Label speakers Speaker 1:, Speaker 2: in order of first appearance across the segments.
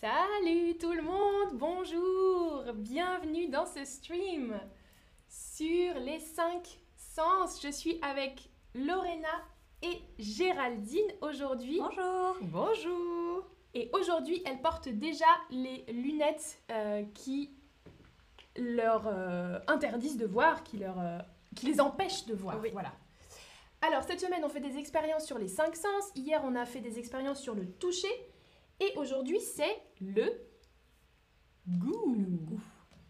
Speaker 1: Salut tout le monde, bonjour, bienvenue dans ce stream sur les 5 sens. Je suis avec Lorena et Géraldine aujourd'hui.
Speaker 2: Bonjour
Speaker 1: Bonjour Et aujourd'hui, elles portent déjà les lunettes euh, qui leur euh, interdisent de voir, qui, leur, euh, qui les empêchent de voir.
Speaker 2: Oui.
Speaker 1: Voilà. Alors, cette semaine, on fait des expériences sur les cinq sens. Hier, on a fait des expériences sur le toucher. Et aujourd'hui, c'est le goût. Le goût.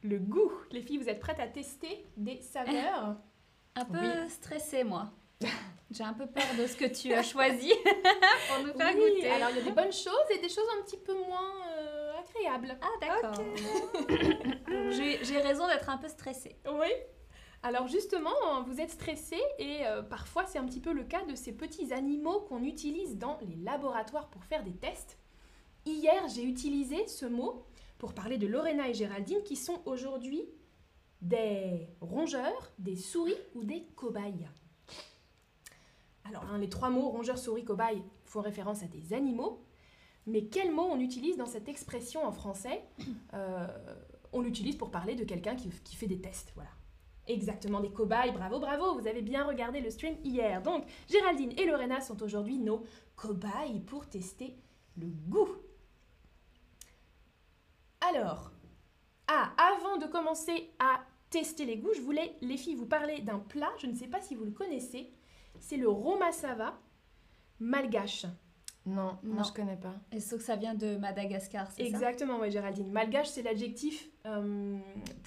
Speaker 1: Le goût. Les filles, vous êtes prêtes à tester des saveurs
Speaker 2: Un peu stressée moi. J'ai un peu peur de ce que tu as choisi pour nous faire
Speaker 1: Oui,
Speaker 2: goûter.
Speaker 1: Alors, il y a des bonnes choses et des choses un petit peu moins euh, agréables.
Speaker 2: Ah d'accord. J'ai j'ai raison d'être un peu stressée.
Speaker 1: Oui. Alors justement, vous êtes stressé et euh, parfois c'est un petit peu le cas de ces petits animaux qu'on utilise dans les laboratoires pour faire des tests. Hier, j'ai utilisé ce mot pour parler de Lorena et Géraldine qui sont aujourd'hui des rongeurs, des souris ou des cobayes. Alors, hein, les trois mots rongeurs, souris, cobayes font référence à des animaux, mais quel mot on utilise dans cette expression en français Euh, on l'utilise pour parler de quelqu'un qui, qui fait des tests, voilà. Exactement, des cobayes, bravo, bravo, vous avez bien regardé le stream hier. Donc, Géraldine et Lorena sont aujourd'hui nos cobayes pour tester le goût. Alors, ah, avant de commencer à tester les goûts, je voulais, les filles, vous parler d'un plat, je ne sais pas si vous le connaissez, c'est le romassava malgache.
Speaker 3: Non, moi
Speaker 2: Non.
Speaker 3: je connais pas.
Speaker 2: Et sauf que ça vient de Madagascar, c'est ça
Speaker 1: Exactement, oui, Géraldine. Malgache, c'est l'adjectif euh,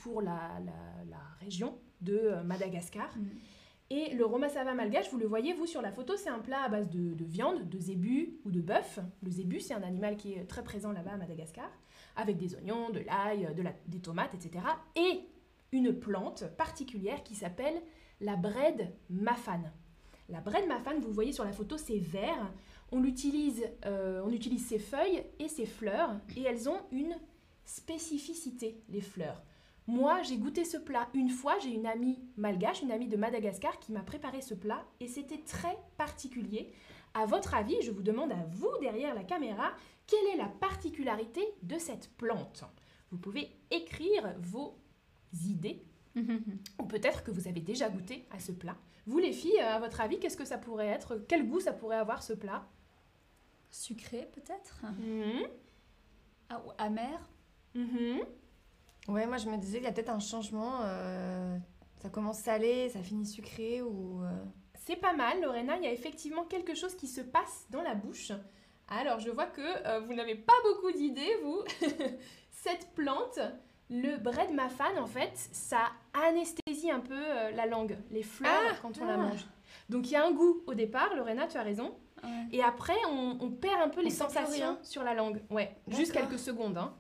Speaker 1: pour la, la- la région de euh, Madagascar.
Speaker 2: Mhm.
Speaker 1: Et le romassava malgache, vous le voyez, vous, sur la photo, c'est un plat à base de, de viande, de zébu ou de bœuf. Le zébu, c'est un animal qui est très présent là-bas à Madagascar, avec des oignons, de l'ail, de la- des tomates, etc. Et une plante particulière qui s'appelle la bread mafane. La bread mafane, vous voyez sur la photo, c'est vert. On l'utilise, euh, on utilise ses feuilles et ses fleurs, et elles ont une spécificité, les fleurs. Moi, j'ai goûté ce plat une fois, j'ai une amie malgache, une amie de Madagascar qui m'a préparé ce plat, et c'était très particulier. À votre avis, je vous demande à vous derrière la caméra, quelle est la particularité de cette plante Vous pouvez écrire vos idées
Speaker 2: Mhm.
Speaker 1: ou peut-être que vous avez déjà goûté à ce plat. Vous les filles, euh, à votre avis, qu'est-ce que ça pourrait être Quel goût ça pourrait avoir ce plat
Speaker 2: Sucré peut-être
Speaker 1: Mhm,
Speaker 2: ah, ou Amer
Speaker 1: mhm.
Speaker 3: Ouais, moi je me disais qu'il y a peut-être un changement. euh, ça commence salé, ça finit sucré ou. euh,
Speaker 1: C'est pas mal, Lorena, il y a effectivement quelque chose qui se passe dans la bouche. Alors, je vois que euh, vous n'avez pas beaucoup d'idées, vous. Cette plante, le bread mafane, en fait, ça anesthésie un peu euh, la langue, les fleurs, quand on la
Speaker 3: ah.
Speaker 1: mange. Donc, il y a un goût au départ, Lorena, tu as raison.
Speaker 2: Ouais.
Speaker 1: Et après, on, on perd un peu les
Speaker 3: sent plus
Speaker 1: sensations
Speaker 3: rien.
Speaker 1: sur la langue. Ouais, juste
Speaker 3: D'accord.
Speaker 1: quelques secondes. hein.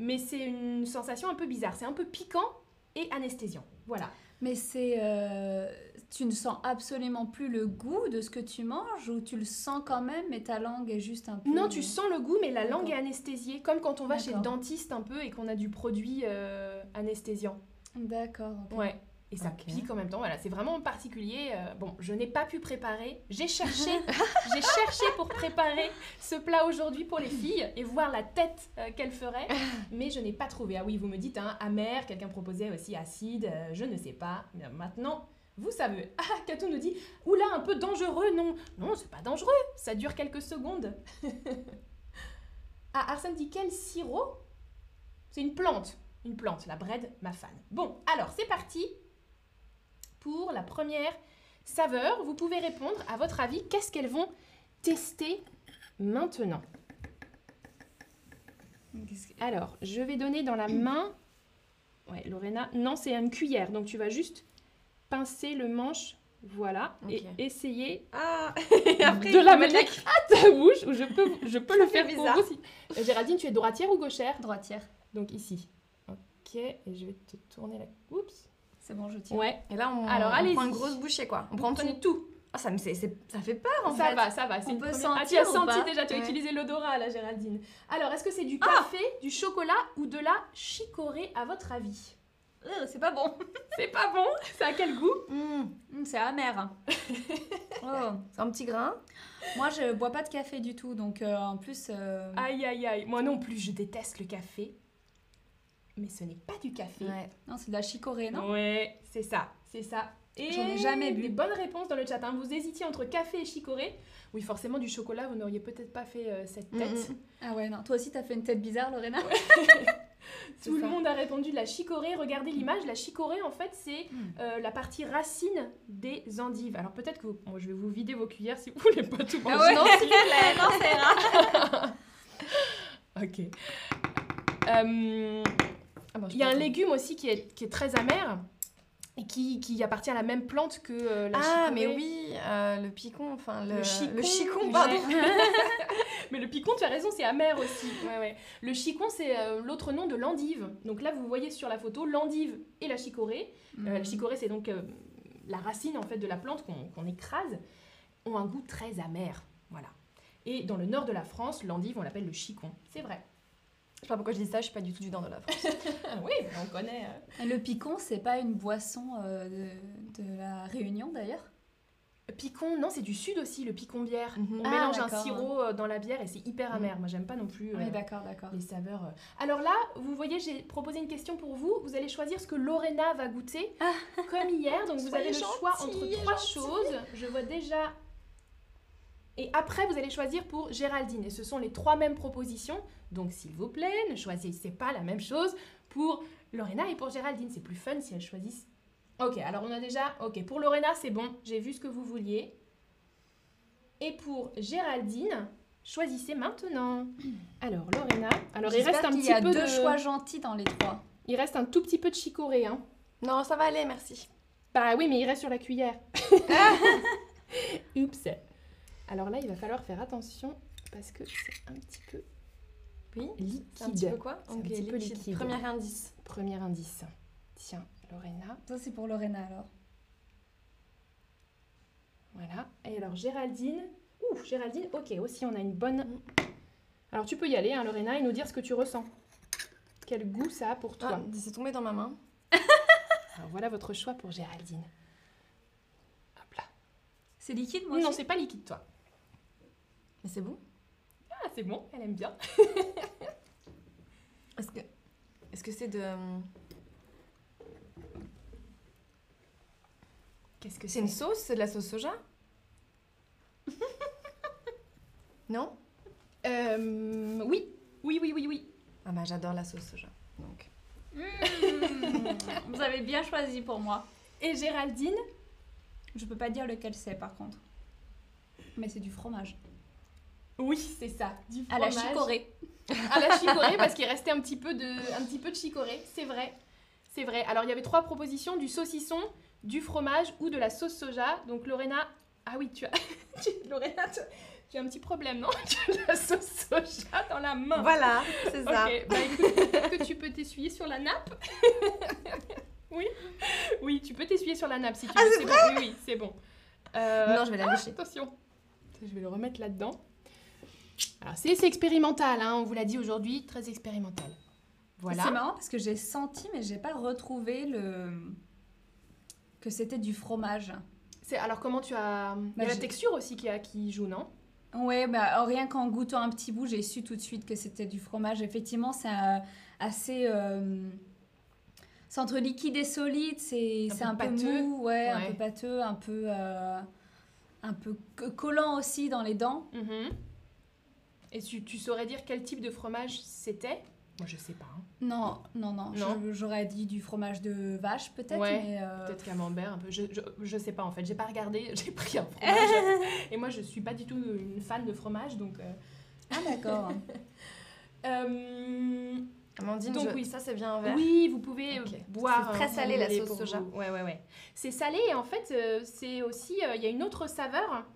Speaker 1: Mais c'est une sensation un peu bizarre. C'est un peu piquant et anesthésiant. Voilà.
Speaker 2: Mais c'est... euh, tu ne sens absolument plus le goût de ce que tu manges ou tu le sens quand même mais ta langue est juste un peu...
Speaker 1: Non, tu sens le goût, mais la langue est
Speaker 2: D'accord.
Speaker 1: anesthésiée. Comme quand on va chez le
Speaker 2: D'accord.
Speaker 1: dentiste un peu et qu'on a du produit euh, anesthésiant.
Speaker 2: D'accord, ok.
Speaker 1: Ouais. Et ça
Speaker 3: Ok.
Speaker 1: pique en même temps. Voilà, c'est vraiment particulier. euh, bon, je n'ai pas pu préparer. J'ai cherché, j'ai cherché pour préparer ce plat aujourd'hui pour les filles et voir la tête euh, qu'elles feraient, mais je n'ai pas trouvé. Ah oui, vous me dites hein, amer. Quelqu'un proposait aussi acide. euh, je ne sais pas. Mais Maintenant. Vous savez, ah, Katou nous dit, oula, un peu dangereux, non, non, c'est pas dangereux, ça dure quelques secondes. ah, Arsène dit, quel sirop C'est une plante. Une plante, la bread mafane. Bon, alors c'est parti pour la première saveur. Vous pouvez répondre à votre avis, qu'est-ce qu'elles vont tester maintenant
Speaker 2: Qu'est-ce que-
Speaker 1: Alors, je vais donner dans la main. Ouais, Lorena, non, c'est une cuillère. Donc tu vas juste pincer le manche, voilà,
Speaker 3: Ok.
Speaker 1: et essayer
Speaker 3: Ah Et
Speaker 1: de la
Speaker 3: mettre
Speaker 1: mettre à ta bouche, ou je peux, je peux le
Speaker 3: fait
Speaker 1: faire pour
Speaker 3: bizarre.
Speaker 1: vous si- Euh, Géraldine, tu es droitière ou gauchère
Speaker 2: Droitière.
Speaker 1: Donc ici. Ok, et je vais te tourner la... Oups.
Speaker 2: C'est bon, je tiens.
Speaker 1: Ouais,
Speaker 3: Et là on,
Speaker 1: Alors,
Speaker 3: on
Speaker 1: allez-y.
Speaker 3: prend une grosse bouchée quoi. On prend tout.
Speaker 1: prenez tout.
Speaker 3: Ah, ça, me, c'est- c'est- ça fait peur en
Speaker 1: ça
Speaker 3: fait.
Speaker 1: va, ça va. c'est
Speaker 2: On
Speaker 1: une
Speaker 2: peut
Speaker 1: première- Ah, tu
Speaker 2: sentir
Speaker 1: as
Speaker 2: ou
Speaker 1: senti
Speaker 2: pas
Speaker 1: déjà, tu as
Speaker 3: Ouais.
Speaker 1: utilisé l'odorat, la Géraldine. Alors, est-ce que c'est du café, du chocolat ou de la chicorée, à votre avis
Speaker 2: Euh, c'est pas bon.
Speaker 1: C'est pas bon, ça a quel goût
Speaker 3: Mmh.
Speaker 2: Hum, c'est amer. Oh.
Speaker 3: C'est un petit grain.
Speaker 2: Moi, je bois pas de café du tout, donc euh, en plus. euh,
Speaker 1: Aïe aïe aïe, moi non plus, je déteste le café. Mais ce n'est pas du café.
Speaker 3: Ouais.
Speaker 2: Non, c'est de la chicorée, non
Speaker 1: Ouais, c'est ça, c'est ça. Et
Speaker 2: J'en ai jamais bu.
Speaker 1: Des bonnes réponses dans le chat. hein. Vous hésitiez entre café et chicorée. Oui, forcément, du chocolat, vous n'auriez peut-être pas fait euh, cette
Speaker 3: Mm,
Speaker 1: tête.
Speaker 3: mm,
Speaker 2: Ah ouais, non. Toi aussi, t'as fait une tête bizarre, Lorena
Speaker 3: c'est
Speaker 1: Tout le
Speaker 3: ça. Mm.
Speaker 1: monde a répondu de la chicorée. Regardez l'image. La chicorée, en fait, c'est
Speaker 2: Mm.
Speaker 1: euh, la partie racine des endives. Alors peut-être que vous- moi, je vais vous vider vos cuillères si vous voulez pas tout manger.
Speaker 2: Ah ouais.
Speaker 3: Non, s'il vous plaît.
Speaker 2: non, c'est rare.
Speaker 1: Ok. Euh,
Speaker 3: Ah bon, je
Speaker 1: Il y a un
Speaker 3: pense-
Speaker 1: légume aussi qui est, qui est très amer et qui, qui appartient à la même plante que euh, la
Speaker 3: Ah,
Speaker 1: chicorée.
Speaker 3: mais oui, euh, le picon, enfin le,
Speaker 1: Le chicon.
Speaker 3: le chicon,
Speaker 1: Ouais.
Speaker 3: pardon.
Speaker 1: Mais le picon, tu as raison, c'est amer aussi. Ouais, ouais. Le chicon, c'est euh, l'autre nom de l'endive. Donc là, vous voyez sur la photo l'endive et la chicorée.
Speaker 2: Hum.
Speaker 1: Euh, la chicorée, c'est donc euh, la racine en fait de la plante qu'on qu'on écrase, ont un goût très amer. Voilà. Et dans le nord de la France, l'endive, on l'appelle le chicon. C'est vrai.
Speaker 3: Je sais pas pourquoi je dis ça, je suis pas du tout du nord de la France.
Speaker 1: Ah oui, on connaît. hein.
Speaker 2: Le picon, c'est pas une boisson euh, de, de la Réunion d'ailleurs
Speaker 1: Euh, Picon, non, c'est du sud aussi, le picon bière. On
Speaker 2: Ah,
Speaker 1: mélange un
Speaker 2: d'accord.
Speaker 1: sirop euh, dans la bière et c'est hyper amer. Moi, j'aime pas non plus.
Speaker 2: Oui,
Speaker 1: euh,
Speaker 2: d'accord, d'accord.
Speaker 1: Les saveurs. euh. Alors là, vous voyez, j'ai proposé une question pour vous. Vous allez choisir ce que Lorena va goûter, comme hier. Donc vous
Speaker 3: Ah. Soyez
Speaker 1: avez le choix entre
Speaker 3: gentille,
Speaker 1: trois
Speaker 3: gentille.
Speaker 1: choses. Je vois déjà. Et après, vous allez choisir pour Géraldine. Et ce sont les trois mêmes propositions. Donc s'il vous plaît, ne choisissez pas la même chose pour Lorena et pour Géraldine. C'est plus fun si elles choisissent. Ok, alors on a déjà. Ok, pour Lorena, c'est bon. J'ai vu ce que vous vouliez. Et pour Géraldine, choisissez maintenant. Alors, Lorena. Alors, il
Speaker 2: J'espère
Speaker 1: reste un
Speaker 2: qu'il
Speaker 1: petit
Speaker 2: y a
Speaker 1: peu
Speaker 2: deux
Speaker 1: de-
Speaker 2: choix gentils dans les trois.
Speaker 1: Il reste un tout petit peu de chicorée. Hein.
Speaker 3: Non, ça va aller, merci.
Speaker 1: Bah oui, mais il reste sur la cuillère. Oups. Alors là, il va falloir faire attention parce que c'est un petit peu
Speaker 3: Oui. C'est un
Speaker 1: liquide.
Speaker 3: petit peu quoi
Speaker 1: C'est un petit peu liquide.
Speaker 3: Premier indice.
Speaker 1: Premier indice. Tiens, Lorena.
Speaker 2: Ça, c'est pour Lorena alors.
Speaker 1: Voilà. Et alors, Géraldine. Ouh, Géraldine, ok, aussi on a une bonne. Alors, tu peux y aller, hein, Lorena, et nous dire ce que tu ressens. Quel goût ça a pour toi
Speaker 3: Ah, c'est tombé dans ma main.
Speaker 1: Alors, voilà votre choix pour Géraldine. Hop là.
Speaker 2: C'est liquide, moi
Speaker 1: non,
Speaker 2: aussi
Speaker 1: c'est pas liquide, toi.
Speaker 3: Mais c'est bon.
Speaker 1: Ah, c'est bon, elle aime bien.
Speaker 3: Est-ce que est-ce que c'est de euh,
Speaker 1: Qu'est-ce que
Speaker 3: c'est une sauce C'est de la sauce soja Non
Speaker 1: Euh, oui, oui, oui, oui, oui.
Speaker 3: Ah bah j'adore la sauce soja. Donc
Speaker 2: Mmh, Vous avez bien choisi pour moi.
Speaker 1: Et Géraldine
Speaker 2: Je peux pas dire lequel c'est par contre. Mais c'est du fromage.
Speaker 1: Oui, c'est ça. Du
Speaker 2: À la chicorée.
Speaker 1: À la chicorée, parce qu'il restait un petit peu de, un petit peu de chicorée. C'est vrai, c'est vrai. Alors il y avait trois propositions du saucisson, du fromage ou de la sauce soja. Donc Lorena, ah oui, tu as, tu- Lorena, tu, tu as un petit problème, non Tu as la sauce soja Ah, dans la main.
Speaker 3: voilà, c'est ça.
Speaker 1: Oh. Ok, bah écoute, peut-être que tu peux t'essuyer sur la nappe Oui, oui, tu peux t'essuyer sur la nappe si tu veux. c'est bon. Oui, oui, c'est bon. Euh,
Speaker 3: Non, je vais la lécher.
Speaker 1: Attention. Je vais le remettre là-dedans. Alors c'est c'est expérimental, hein, on vous l'a dit aujourd'hui, très expérimental.
Speaker 2: C'est
Speaker 1: Voilà.
Speaker 2: marrant parce que j'ai senti mais j'ai pas retrouvé le que c'était du fromage.
Speaker 1: C'est alors comment tu as Il y a la
Speaker 2: j'ai-
Speaker 1: texture aussi qui a- qui joue, non
Speaker 2: Ouais, bah, rien qu'en goûtant un petit bout, j'ai su tout de suite que c'était du fromage. Effectivement, c'est euh, assez. euh, c'est entre liquide et solide, c'est
Speaker 1: Un
Speaker 2: c'est
Speaker 1: peu
Speaker 2: un peu
Speaker 1: pâteux.
Speaker 2: mou, ouais, un
Speaker 1: Ouais.
Speaker 2: peu pâteux, un peu. euh, un peu co- collant aussi dans les dents.
Speaker 1: Mhm. Et tu, tu saurais dire quel type de fromage c'était Moi je sais pas. hein.
Speaker 2: Non, non, non,
Speaker 1: Non.
Speaker 2: je- j'aurais dit du fromage de vache peut-être,
Speaker 1: Ouais,
Speaker 2: mais. euh,
Speaker 1: Peut-être camembert un peu. Je, je, je sais pas en fait, j'ai pas regardé, j'ai pris un fromage. Et moi je suis pas du tout une fan de fromage donc. euh,
Speaker 2: Ah, d'accord.
Speaker 1: euh,
Speaker 3: Amandine,
Speaker 1: Donc
Speaker 3: je-
Speaker 1: oui.
Speaker 3: ça c'est bien un verre.
Speaker 1: Oui, vous pouvez euh,
Speaker 3: Ok.
Speaker 1: boire.
Speaker 3: C'est très
Speaker 1: euh,
Speaker 3: salé, la
Speaker 1: les
Speaker 3: sauce
Speaker 1: pour
Speaker 3: soja.
Speaker 1: vous. Ouais, ouais, ouais. C'est salé et en fait, euh, c'est aussi. euh, Il y a une autre saveur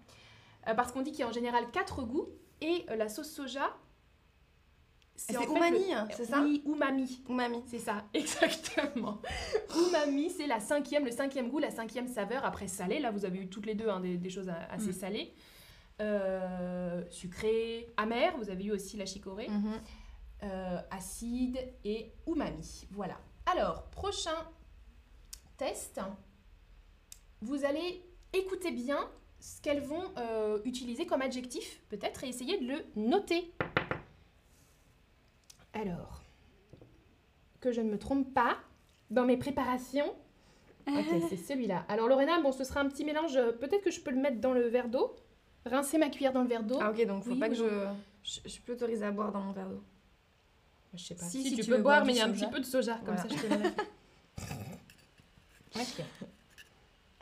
Speaker 1: euh, parce qu'on dit qu'il y a en général quatre goûts et euh, la sauce soja.
Speaker 3: Et
Speaker 1: en
Speaker 3: C'est
Speaker 1: fait
Speaker 3: umami, hein,
Speaker 1: le-
Speaker 3: c'est ça
Speaker 1: Oui, umami.
Speaker 3: Umami.
Speaker 1: C'est ça, exactement. Umami, c'est la cinquième, le cinquième goût, la cinquième saveur après salé. Là, vous avez eu toutes les deux hein, des, des choses a- assez
Speaker 2: Mm.
Speaker 1: salées. Euh, sucré, amer, vous avez eu aussi la chicorée
Speaker 3: Mhm.
Speaker 1: euh, acide et umami. Voilà. Alors, prochain test, vous allez écouter bien ce qu'elles vont euh, utiliser comme adjectif, peut-être, et essayer de le noter. Alors, que je ne me trompe pas dans mes préparations. Ok, c'est celui-là. Alors, Lorena, bon, ce sera un petit mélange. euh, Peut-être que je peux le mettre dans le verre d'eau. Rincer ma cuillère dans le verre d'eau.
Speaker 3: Ah, ok, donc faut
Speaker 1: Oh. Oui,
Speaker 3: pas
Speaker 1: oui,
Speaker 3: que je. Je, je peux autoriser à boire dans mon verre d'eau.
Speaker 1: Je sais pas.
Speaker 2: Si,
Speaker 1: Si,
Speaker 2: si
Speaker 1: tu,
Speaker 2: tu
Speaker 1: peux
Speaker 2: veux
Speaker 1: boire,
Speaker 2: boire
Speaker 1: mais
Speaker 2: du
Speaker 1: il y a un
Speaker 2: soja.
Speaker 1: petit peu de soja, comme
Speaker 3: Voilà.
Speaker 1: ça je te le Ok.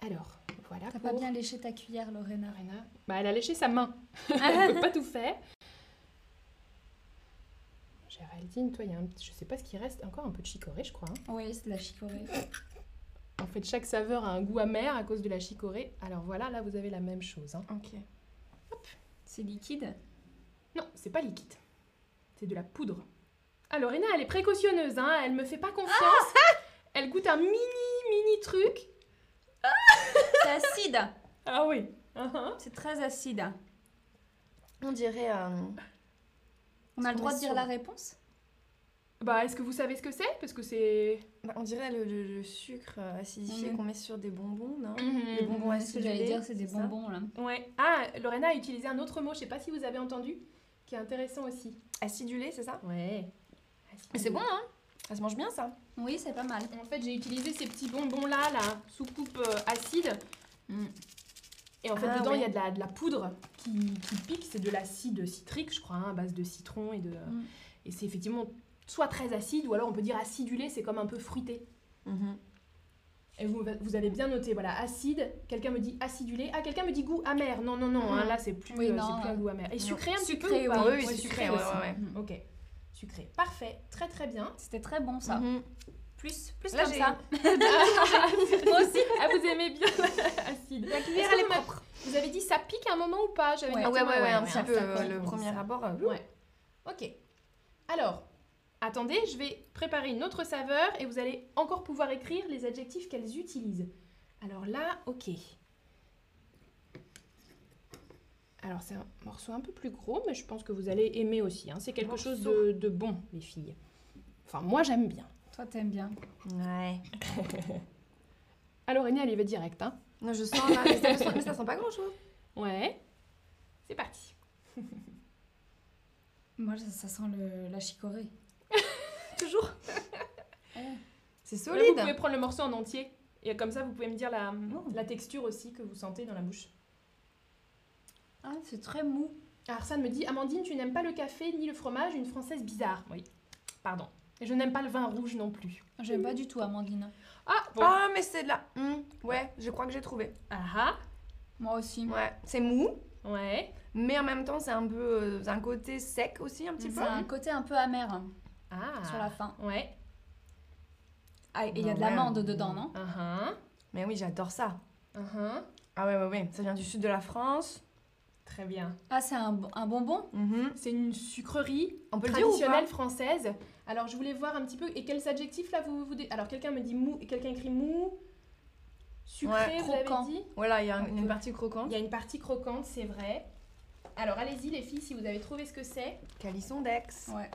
Speaker 1: Alors, voilà.
Speaker 2: T'as
Speaker 1: pour
Speaker 2: pas bien léché ta cuillère, Lorena.
Speaker 1: Lorena. Bah, elle a léché sa main. elle peut pas tout faire. Géraldine, toi, il y a un petit. Je sais pas ce qui reste. Encore un peu de chicorée, je crois. hein.
Speaker 2: Oui, c'est de la chicorée.
Speaker 1: En fait, chaque saveur a un goût amer à cause de la chicorée. Alors voilà, là, vous avez la même chose. hein.
Speaker 3: Ok.
Speaker 2: C'est liquide.
Speaker 1: Non, c'est pas liquide. C'est de la poudre. Ah, Lorena, elle est précautionneuse, hein. Elle me fait pas confiance. Ah elle goûte un mini, mini truc.
Speaker 2: C'est acide.
Speaker 1: Ah oui.
Speaker 2: C'est très acide.
Speaker 3: On dirait. euh,
Speaker 2: On a le
Speaker 3: qu'on
Speaker 2: droit
Speaker 3: est
Speaker 2: de dire
Speaker 3: sûr
Speaker 2: la réponse
Speaker 1: Bah, est-ce que vous savez ce que c'est Parce que c'est.
Speaker 3: bah, on dirait le, le- le sucre euh, acidifié
Speaker 2: Mhm.
Speaker 3: qu'on met sur des bonbons, non
Speaker 1: Mhm.
Speaker 3: bonbons
Speaker 2: Ouais, Ce que j'allais
Speaker 3: acidulés,
Speaker 2: dire, c'est des
Speaker 3: c'est ça
Speaker 2: bonbons, là.
Speaker 1: Ouais. Ah, Lorena a utilisé un autre mot, je sais pas si vous avez entendu, qui est intéressant aussi.
Speaker 3: Acidulé, c'est ça
Speaker 1: Ouais.
Speaker 3: Mais c'est bon, hein Ça se mange bien, ça
Speaker 2: Oui, c'est pas mal.
Speaker 1: En fait, j'ai utilisé ces petits bonbons-là, là, sous coupe euh, acide.
Speaker 2: Mm.
Speaker 1: Et en fait,
Speaker 3: Ah,
Speaker 1: dedans, il y a
Speaker 3: ouais.
Speaker 1: de la, de la poudre qui, qui pique. C'est de l'acide citrique, je crois, hein, à base de citron et de.
Speaker 2: Mm.
Speaker 1: Et c'est effectivement soit très acide, ou alors on peut dire acidulé, c'est comme un peu fruité.
Speaker 2: Mhm.
Speaker 1: Et vous, vous avez bien noté, voilà, acide, quelqu'un me dit acidulé, ah, quelqu'un me dit goût amer. Non, non, non,
Speaker 3: Mhm.
Speaker 1: hein, là, c'est plus,
Speaker 2: Oui,
Speaker 1: euh,
Speaker 2: non,
Speaker 1: c'est plus un
Speaker 2: euh,
Speaker 1: goût amer. Et sucré un petit peu
Speaker 2: Sucré,
Speaker 1: ou pas
Speaker 3: oui, oui,
Speaker 1: Ouais,
Speaker 3: c'est sucré, ouais, ouais, ouais.
Speaker 2: Mm.
Speaker 1: Ok, sucré. Parfait, très très bien.
Speaker 2: C'était très bon, ça.
Speaker 3: Mhm.
Speaker 2: Plus, plus
Speaker 3: Là,
Speaker 2: comme
Speaker 3: j'ai-
Speaker 2: ça.
Speaker 1: Moi aussi, ah, vous aimez bien l'acide.
Speaker 3: cuillère, elle est propre.
Speaker 1: Vous avez dit ça pique à un moment ou pas J'avais
Speaker 2: Ouais.
Speaker 3: Ah
Speaker 1: noté,
Speaker 3: ouais, ouais, ouais, un
Speaker 2: ouais,
Speaker 3: petit
Speaker 2: un
Speaker 3: peu.
Speaker 2: sac,
Speaker 3: euh,
Speaker 2: ouais,
Speaker 3: le
Speaker 2: on dit
Speaker 3: premier
Speaker 2: ça.
Speaker 3: abord. euh,
Speaker 1: Ouais. Ok. Alors, attendez, je vais préparer une autre saveur et vous allez encore pouvoir écrire les adjectifs qu'elles utilisent. Alors là, ok. Alors c'est un morceau un peu plus gros, mais je pense que vous allez aimer aussi. hein. C'est quelque chose de, de bon, les filles. Enfin, moi j'aime bien.
Speaker 2: Toi, t'aimes bien.
Speaker 3: Ouais.
Speaker 1: Alors, Enya, elle y va direct. Hein.
Speaker 3: Non, je sens là, mais ça, sent, mais ça sent pas grand chose.
Speaker 1: Ouais. C'est parti.
Speaker 2: Moi, ça, ça sent le- la chicorée.
Speaker 1: Toujours.
Speaker 3: C'est
Speaker 1: Là, vous pouvez
Speaker 3: solide.
Speaker 1: prendre le morceau en entier. Et comme ça, vous pouvez me dire la,
Speaker 2: Oh.
Speaker 1: la texture aussi que vous sentez dans la bouche.
Speaker 2: Ah, c'est très mou.
Speaker 1: Arsane me dit Amandine, tu n'aimes pas le café ni le fromage, une française bizarre. Oui, pardon. Et je n'aime pas le vin rouge non plus.
Speaker 2: J'aime pas du tout, Amandine.
Speaker 1: Ah, bon.
Speaker 3: Ah, mais c'est de la. Mhm. Ouais, je crois que j'ai trouvé.
Speaker 1: Ah
Speaker 2: Moi aussi.
Speaker 3: Ouais, c'est mou,
Speaker 1: ah, ouais.
Speaker 3: mais en même temps, c'est un peu. euh, c'est un côté sec aussi, un petit
Speaker 2: C'est
Speaker 3: peu.
Speaker 2: Mm, un côté un peu amer hein,
Speaker 1: Ah.
Speaker 2: sur la fin.
Speaker 1: Ouais.
Speaker 2: Ah, et il y a de
Speaker 3: Bah ouais.
Speaker 2: l'amande dedans, non
Speaker 1: Ah ah.
Speaker 3: Mais oui, j'adore ça.
Speaker 1: Ah ah.
Speaker 3: Ah ouais, ouais, ouais. Ça vient du sud de la France.
Speaker 1: Très bien.
Speaker 2: Ah, c'est un, bo- un bonbon
Speaker 3: Mhm.
Speaker 1: C'est une sucrerie
Speaker 3: On peut le dire ou pas
Speaker 1: traditionnelle française. Alors, je voulais voir un petit peu. Et quels adjectifs là vous. vous dé- Alors, quelqu'un me dit mou. Quelqu'un écrit mou. Sucré,
Speaker 3: Ouais,
Speaker 1: vous l'avez
Speaker 2: croquant.
Speaker 1: dit
Speaker 3: Voilà, il y a un-
Speaker 1: On
Speaker 3: une
Speaker 1: peut-
Speaker 3: partie
Speaker 1: Il
Speaker 3: croquante.
Speaker 1: y a une partie croquante, c'est vrai. Alors, allez-y, les filles, si vous avez trouvé ce que c'est.
Speaker 3: Calisson d'Aix.
Speaker 2: Ouais.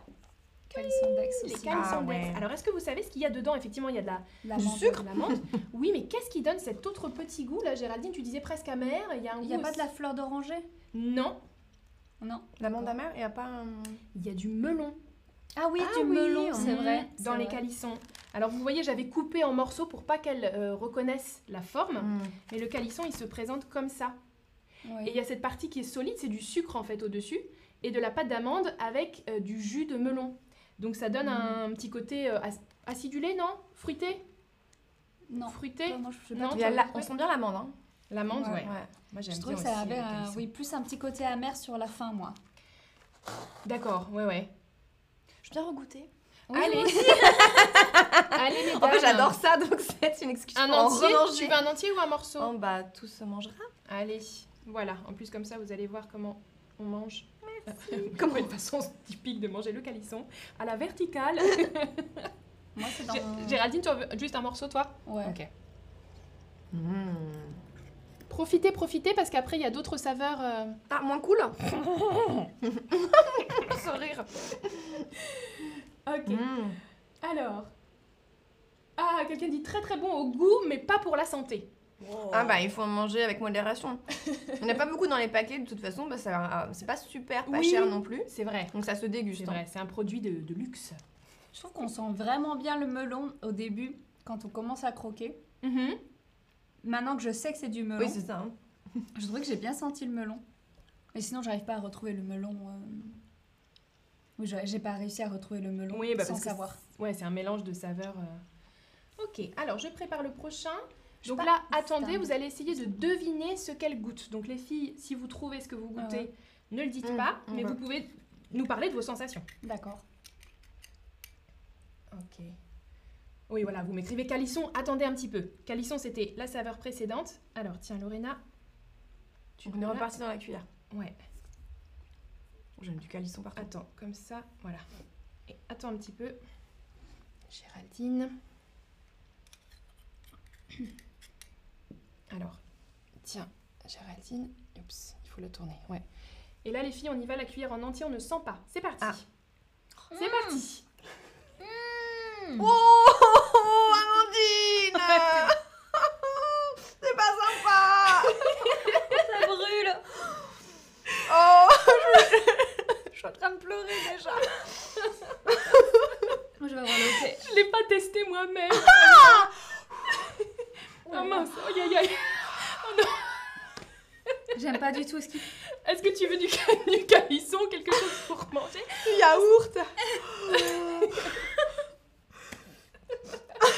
Speaker 2: Calisson d'Aix
Speaker 1: Les
Speaker 2: aussi.
Speaker 1: cannes
Speaker 3: Ah
Speaker 1: sans
Speaker 3: ouais.
Speaker 1: dex. Alors, est-ce que vous savez ce qu'il y a dedans Effectivement, il y a de la,
Speaker 2: L'amande.
Speaker 1: du sucre, de l'amande. oui, mais qu'est-ce qui donne cet autre petit goût Là, Géraldine, tu disais presque amer. Il y a un
Speaker 2: Il
Speaker 1: goût.
Speaker 2: n'y a pas de la
Speaker 1: aussi-
Speaker 2: fleur d'oranger
Speaker 1: Non,
Speaker 2: Non.
Speaker 3: L'amande amère, il n'y a pas un.
Speaker 1: il y a du melon.
Speaker 2: Ah oui,
Speaker 3: Ah
Speaker 2: du
Speaker 3: oui,
Speaker 2: melon,
Speaker 3: on-
Speaker 2: c'est
Speaker 1: Mmh,
Speaker 2: vrai.
Speaker 1: Dans
Speaker 2: c'est
Speaker 1: les
Speaker 2: vrai.
Speaker 1: calissons. Alors, vous voyez, j'avais coupé en morceaux pour pas qu'elle euh, reconnaisse la forme.
Speaker 3: Mhm.
Speaker 1: Mais le calisson, il se présente comme ça. Et il
Speaker 2: Mmh. Oui.
Speaker 1: y a cette partie qui est solide, c'est du sucre en fait au-dessus, et de la pâte d'amande avec euh, du jus de melon. Donc ça donne
Speaker 2: Mm.
Speaker 1: un petit côté euh, ac- acidulé, non Fruité
Speaker 2: Non.
Speaker 1: Fruité
Speaker 2: Non, moi, je sais pas.
Speaker 1: Non,
Speaker 3: Il y a la-
Speaker 1: toi,
Speaker 3: On
Speaker 1: ouais.
Speaker 3: sent bien l'amande, hein.
Speaker 1: L'amande, ouais.
Speaker 3: Ouais.
Speaker 1: Moi j'aime
Speaker 2: Je trouve que
Speaker 1: bien
Speaker 2: ça
Speaker 1: aussi,
Speaker 2: avait
Speaker 1: euh,
Speaker 2: un-
Speaker 1: calisson.
Speaker 2: oui, plus un petit côté amer sur la fin, moi.
Speaker 1: D'accord, ouais, ouais.
Speaker 3: Je viens regoûter.
Speaker 2: Oui,
Speaker 1: Allez.
Speaker 2: oui.
Speaker 1: Allez, les
Speaker 3: En
Speaker 1: dames.
Speaker 3: fait, j'adore ça, donc c'est une excuse
Speaker 1: Un
Speaker 3: pour en
Speaker 1: entier
Speaker 3: remanger.
Speaker 1: Tu veux un entier ou un morceau
Speaker 3: Oh, bah, tout se mangera.
Speaker 1: Allez, voilà. En plus, comme ça, vous allez voir comment on mange.
Speaker 3: Comment-
Speaker 1: Comment une façon typique de manger le calisson à la verticale.
Speaker 2: Moi, c'est dans...
Speaker 1: Gé- Géraldine, tu en veux juste un morceau, toi
Speaker 2: Ouais.
Speaker 1: Ok. Profitez, profitez, parce qu'après, il y a d'autres saveurs. euh,
Speaker 3: Ah, moins cool
Speaker 1: sourire. Ok.
Speaker 3: Mm.
Speaker 1: Alors. Ah, quelqu'un dit très très bon au goût, mais pas pour la santé.
Speaker 3: Ah bah il faut en manger avec modération. Il n'y en a pas beaucoup dans les paquets de toute façon, bah, ça, euh, c'est pas super pas
Speaker 1: Oui.
Speaker 3: cher non plus.
Speaker 1: C'est vrai.
Speaker 3: Donc ça se
Speaker 1: C'est
Speaker 3: déguste. hein.
Speaker 1: vrai, c'est un produit de, de luxe.
Speaker 2: Je trouve qu'on sent vraiment bien le melon au début quand on commence à croquer. Maintenant que je sais que c'est du
Speaker 1: Ah
Speaker 2: melon,
Speaker 3: Oui c'est ça. hein.
Speaker 2: je trouvais que j'ai bien senti le melon. Mais sinon, j'arrive pas à retrouver le melon. euh, Oui, j'ai j'ai pas réussi à retrouver le melon
Speaker 1: Oui, bah
Speaker 2: sans
Speaker 1: parce que
Speaker 2: savoir.
Speaker 1: c'est- Ouais, c'est un mélange de saveurs. euh. Ok, alors je prépare le prochain.
Speaker 2: Je sais
Speaker 1: Donc
Speaker 2: pas,
Speaker 1: là,
Speaker 2: c'est
Speaker 1: attendez,
Speaker 2: un-
Speaker 1: vous allez essayer de deviner ce qu'elle goûte. Donc les filles, si vous trouvez ce que vous
Speaker 2: Ah Hum,
Speaker 1: goûtez, ne le dites
Speaker 3: Mmh,
Speaker 1: pas,
Speaker 3: on
Speaker 1: mais
Speaker 3: va.
Speaker 1: vous pouvez nous parler de vos sensations.
Speaker 2: D'accord.
Speaker 1: Ok. Oui, voilà, vous m'écrivez calisson, attendez un petit peu. Calisson, c'était la saveur précédente. Alors, tiens, Lorena, tu
Speaker 3: Donc, on est
Speaker 1: me la-
Speaker 3: reparti dans la cuillère. Oh,
Speaker 1: Ouais,
Speaker 3: J'aime du calisson partout.
Speaker 1: attends, comme ça, voilà. Et attends un petit peu. Géraldine. Alors,
Speaker 3: Tiens, Géraldine, oups, il faut le tourner. Ouais.
Speaker 1: et là, les filles, on y va, la cuillère en entier, on ne sent pas. C'est parti.
Speaker 3: Ah.
Speaker 1: C'est
Speaker 3: Mmh,
Speaker 1: parti. Ah.
Speaker 3: Oh, Amandine C'est pas sympa
Speaker 2: Ça brûle
Speaker 3: Oh je... je suis en train de pleurer déjà.
Speaker 2: Je vais avoir le thé.
Speaker 1: Je l'ai pas testé moi-même.
Speaker 3: Ah
Speaker 1: oh mince, aïe aïe aïe.
Speaker 2: J'aime pas du tout ce qui.
Speaker 1: Est-ce que tu veux du, ca- du calisson, quelque chose pour manger
Speaker 3: Du yaourt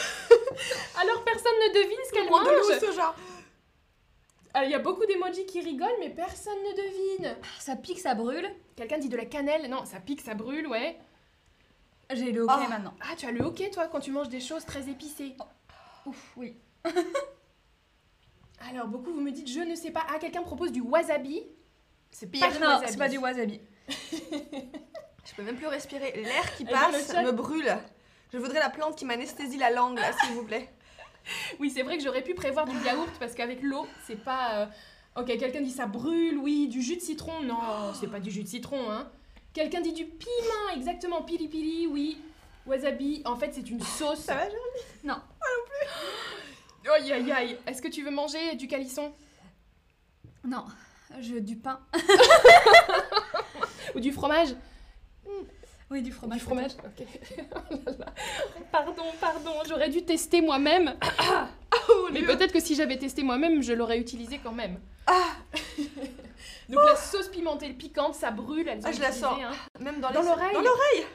Speaker 1: Alors, personne ne devine ce qu'elle
Speaker 3: Prends de l'eau
Speaker 1: mange.
Speaker 3: soja
Speaker 1: Alors, Il Euh, y a beaucoup d'emojis qui rigolent, mais personne ne devine.
Speaker 2: Ça pique, ça brûle.
Speaker 1: Quelqu'un dit de la cannelle. Non, ça pique, ça brûle, ouais.
Speaker 2: J'ai le ok
Speaker 3: Oh.
Speaker 2: maintenant.
Speaker 1: Ah, tu as le hoquet, toi, quand tu manges des choses très épicées.
Speaker 2: Ouf, oui.
Speaker 1: Alors, beaucoup, vous me dites, je ne sais pas. Ah, quelqu'un propose du wasabi. C'est
Speaker 3: Pire.
Speaker 1: pas du
Speaker 2: non,
Speaker 1: wasabi.
Speaker 2: c'est pas du wasabi.
Speaker 3: Je peux même plus respirer. L'air qui
Speaker 1: Eh ben,
Speaker 3: passe
Speaker 1: le chat-
Speaker 3: me brûle. Je voudrais la plante qui m'anesthésie la langue, là, s'il vous plaît.
Speaker 1: Oui, c'est vrai que j'aurais pu prévoir du yaourt parce qu'avec l'eau, c'est pas. euh, Ok, quelqu'un dit ça brûle, oui, du jus de citron. Non, c'est pas du jus de citron, hein. Quelqu'un dit du piment, exactement, pili pili, oui. Wasabi, en fait, c'est une sauce.
Speaker 3: Ça va,
Speaker 1: Aïe aïe aïe. Est-ce que tu veux manger du calisson
Speaker 2: Non, je du pain.
Speaker 1: ou du fromage
Speaker 2: Oui, du fromage.
Speaker 1: Du fromage Ok. Oh là là. pardon, pardon, j'aurais dû tester moi-même. Mais peut-être que si j'avais testé moi-même, je l'aurais utilisé quand même.
Speaker 3: Ah.
Speaker 1: Donc la sauce pimentée piquante, ça brûle, elles ont
Speaker 3: Ah, je la
Speaker 1: utilisé,
Speaker 3: sens.
Speaker 1: hein.
Speaker 3: Même dans,
Speaker 1: Dans
Speaker 3: les-
Speaker 1: l'oreille.
Speaker 3: Dans l'oreille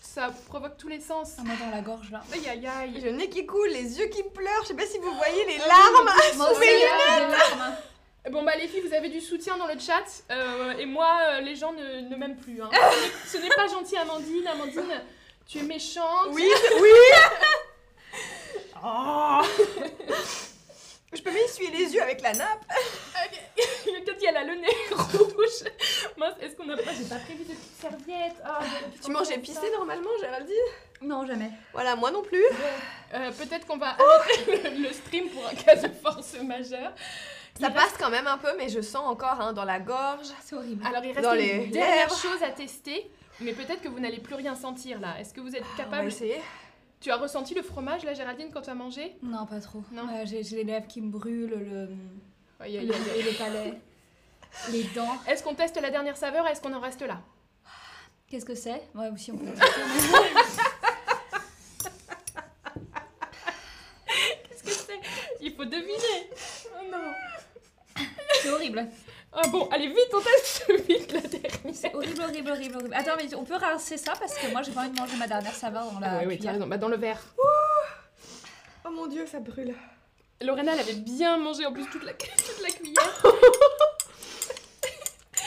Speaker 1: Ça provoque tous les sens.
Speaker 2: Ah, moi dans la gorge là.
Speaker 1: Aïe aïe aïe.
Speaker 3: J'ai le nez qui coule, les yeux qui pleurent. Je sais pas si vous voyez les larmes.
Speaker 2: Moi
Speaker 1: Sous mes
Speaker 2: là, j'ai des larmes.
Speaker 1: Bon bah les filles, vous avez du soutien dans le chat. euh, et moi, euh, les gens ne, ne m'aiment plus. hein. Ce n'est- Ce n'est pas gentil Amandine. Amandine, tu es méchante.
Speaker 3: Oui, oui Oh. Je peux m'essuyer les yeux avec la nappe.
Speaker 1: Peut-être qu'elle a le nez rouge. Mince, est-ce qu'on a pas... J'ai pas prévu de petite serviette. Ah, j'aurais pu
Speaker 3: Tu manges
Speaker 1: prendre
Speaker 3: épicé
Speaker 1: ça.
Speaker 3: normalement, Géraldine
Speaker 2: Non, jamais.
Speaker 3: Oh, Voilà, moi non plus.
Speaker 1: Euh, Peut-être qu'on va arrêter le, le stream pour un cas de force majeure.
Speaker 3: Ça
Speaker 1: Il
Speaker 3: passe quand même un peu, mais je sens encore hein, dans la gorge.
Speaker 2: Ah, C'est horrible.
Speaker 1: Alors il reste
Speaker 3: Dans
Speaker 1: une
Speaker 3: les
Speaker 1: dernière
Speaker 3: lèvres.
Speaker 1: chose à tester. Mais peut-être que vous n'allez plus rien sentir là. Est-ce que vous êtes
Speaker 3: On va
Speaker 1: capable
Speaker 3: essayer.
Speaker 1: Tu as ressenti le fromage là, Géraldine, quand tu as mangé
Speaker 2: Non, pas trop.
Speaker 1: Non.
Speaker 2: Ouais, j'ai j'ai les lèvres qui me brûlent, le,
Speaker 1: Aïe, aïe, aïe,
Speaker 2: le,
Speaker 1: aïe.
Speaker 2: et le palais, les dents.
Speaker 1: Est-ce qu'on teste la dernière saveur Est-ce qu'on en reste là
Speaker 2: Qu'est-ce que c'est Ouais, aussi on peut.
Speaker 1: Qu'est-ce que c'est Il faut deviner. Oh non.
Speaker 2: C'est horrible.
Speaker 1: Ah bon, allez vite, on teste vite la dernière.
Speaker 2: C'est horrible, horrible, horrible, horrible. Attends, mais on peut rincer ça parce que moi j'ai pas envie de manger ma dernière saveur dans la
Speaker 1: Ah oui, oui, tu as
Speaker 2: cuillère.
Speaker 1: raison. Bah, dans le verre.
Speaker 3: Oh mon dieu, ça brûle.
Speaker 1: Lorena, elle avait bien mangé en plus toute la, toute la cuillère.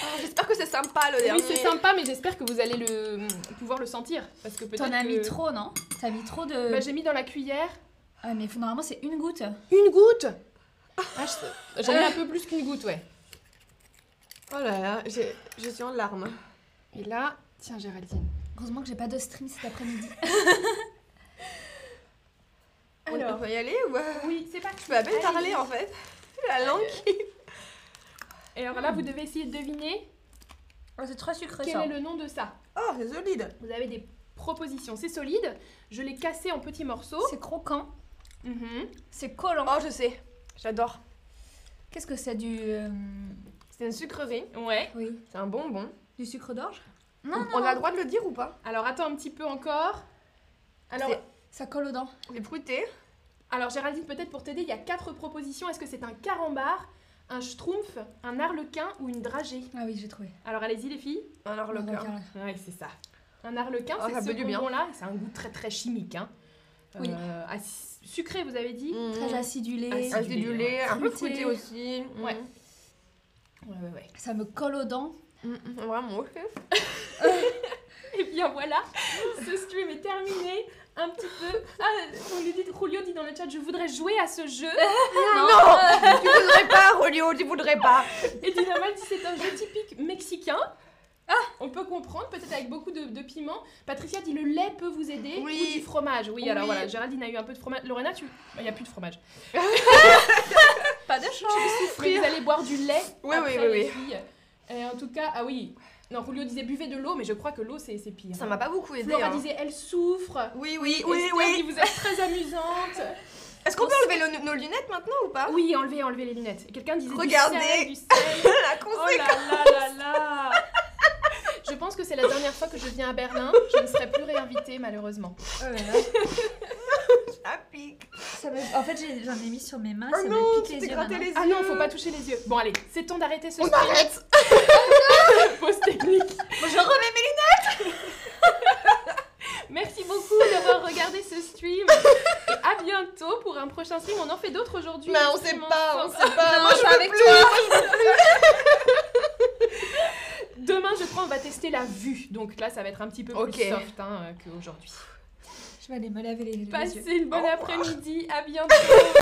Speaker 3: Ah, J'espère que c'est sympa
Speaker 2: Ah,
Speaker 3: le
Speaker 1: Oui,
Speaker 3: dernier.
Speaker 1: c'est sympa, mais j'espère que vous allez le, pouvoir le sentir. Parce que peut-être.
Speaker 2: T'en as mis
Speaker 1: que-
Speaker 2: trop, non T'as mis trop de.
Speaker 1: Bah, j'ai mis dans la cuillère
Speaker 2: Ouais, mais faut- normalement c'est une goutte.
Speaker 1: une goutte. Ah, J'en ai un peu plus qu'une goutte, ouais.
Speaker 3: Oh là là, j'ai- je suis en larmes.
Speaker 1: Et là, tiens, Géraldine.
Speaker 2: Heureusement que j'ai pas de stream cet après-midi.
Speaker 3: On- On peut y aller ou euh,
Speaker 1: oui, c'est parti.
Speaker 3: Je peux à peine parler en fait. La langue qui...
Speaker 1: Et alors là, vous devez essayer de deviner
Speaker 2: Ouais, c'est trop sucré
Speaker 1: quel est le nom de ça.
Speaker 3: Oh, c'est solide.
Speaker 1: Vous avez des propositions. C'est solide. Je l'ai cassé en petits morceaux.
Speaker 2: C'est croquant.
Speaker 1: Mhm.
Speaker 2: C'est collant.
Speaker 3: Oh, je sais, j'adore.
Speaker 2: Qu'est-ce que c'est du. euh,
Speaker 3: C'est une sucrerie,
Speaker 1: Ouais.
Speaker 2: Oui.
Speaker 3: c'est un bonbon.
Speaker 2: Du sucre d'orge Oh.
Speaker 3: on, on a le droit de le dire ou pas
Speaker 1: Alors attends un petit peu encore. Alors,
Speaker 2: Ça colle aux dents.
Speaker 3: Les fruités,
Speaker 1: alors Géraldine, peut-être pour t'aider, il y a quatre propositions. Est-ce que c'est un carambar, un schtroumpf, un arlequin ou une dragée
Speaker 2: Ah oui, j'ai trouvé.
Speaker 1: Alors allez-y les filles.
Speaker 3: un
Speaker 2: Dans le
Speaker 3: arlequin.
Speaker 2: cœur.
Speaker 1: Ouais, c'est ça. Un arlequin,
Speaker 3: Ah, ça
Speaker 1: c'est ce
Speaker 3: fait du bien.
Speaker 1: bonbon-là. C'est un goût très très chimique. Hein.
Speaker 2: Oui.
Speaker 1: Euh, assi- sucré, vous avez dit
Speaker 2: Très
Speaker 3: Mmh.
Speaker 2: acidulé.
Speaker 1: Acidulé.
Speaker 3: Acidulé, un peu
Speaker 2: Fruité.
Speaker 3: fruité aussi. Mmh.
Speaker 1: Ouais. Ouais, ouais, ouais.
Speaker 2: Ça me colle aux dents.
Speaker 3: Mmh, mmh, Vraiment, ok.
Speaker 1: Et Eh bien voilà, ce stream est terminé. Un petit peu. Ah, on lui dit, Julio dit dans le chat Je voudrais jouer à ce jeu.
Speaker 3: Ah,
Speaker 2: Non,
Speaker 3: tu voudrais pas, Rolio, tu voudrais pas.
Speaker 1: Et Dinamal dit C'est un jeu typique mexicain. Ah, On peut comprendre, peut-être avec beaucoup de, de piment. Patricia dit le lait peut vous aider
Speaker 3: Oui.
Speaker 1: ou du fromage. Oui, alors
Speaker 3: Oui.
Speaker 1: voilà, Géraldine a eu un peu de fromage. Lorena, tu, Bah, il n'y a plus de fromage.
Speaker 2: Pas de chance.
Speaker 1: Mais vous allez boire du lait
Speaker 3: Oui,
Speaker 1: après
Speaker 3: oui, oui,
Speaker 1: les
Speaker 3: oui.
Speaker 1: filles. Et en tout cas, ah oui. Non, Julio disait buvez de l'eau, mais je crois que l'eau c'est c'est pire.
Speaker 3: Ça m'a pas beaucoup aidé.
Speaker 1: Flora
Speaker 3: hein.
Speaker 1: disait elle souffre.
Speaker 3: Oui, oui,
Speaker 1: Esther dit, vous êtes très amusante.
Speaker 3: Est-ce qu'on peut enlever nos- nos lunettes maintenant ou pas
Speaker 1: Oui, enlevez, enlevez les lunettes. Et Quelqu'un disait du
Speaker 3: Ah. Regardez.
Speaker 1: sel, du sel.
Speaker 3: La
Speaker 1: Oh
Speaker 3: conséquence.
Speaker 1: là là là là. Je pense que c'est la dernière fois que je viens à Berlin. Je ne serai plus réinvitée malheureusement.
Speaker 2: Oh
Speaker 3: Ça pique.
Speaker 2: Ça me- En fait, j'ai- j'en ai mis sur mes mains.
Speaker 3: Oh
Speaker 2: ça me
Speaker 3: non,
Speaker 2: pique
Speaker 3: tu
Speaker 2: les
Speaker 3: t'es
Speaker 2: yeux.
Speaker 3: gratté
Speaker 2: maintenant.
Speaker 3: les yeux.
Speaker 1: Ah non, faut pas toucher les yeux. Bon allez, c'est temps d'arrêter ce
Speaker 3: On arrête.
Speaker 1: pause technique.
Speaker 3: Je remets mes
Speaker 1: Merci beaucoup d'avoir regardé ce stream. Et à bientôt pour un prochain stream. On en fait d'autres aujourd'hui.
Speaker 3: Mais on
Speaker 1: Des
Speaker 3: sait
Speaker 1: streams
Speaker 3: pas, on
Speaker 1: ensemble.
Speaker 3: sait pas. Moi je
Speaker 2: pas
Speaker 3: veux
Speaker 2: avec
Speaker 3: plus.
Speaker 1: Demain, je crois, on va tester la vue. Donc là, ça va être un petit peu
Speaker 3: Ok.
Speaker 1: plus soft hein, euh, qu'aujourd'hui.
Speaker 2: Je vais aller me laver les, les yeux.
Speaker 3: Oh.
Speaker 1: Passez une bonne
Speaker 3: Au revoir.
Speaker 1: après-midi. À bientôt.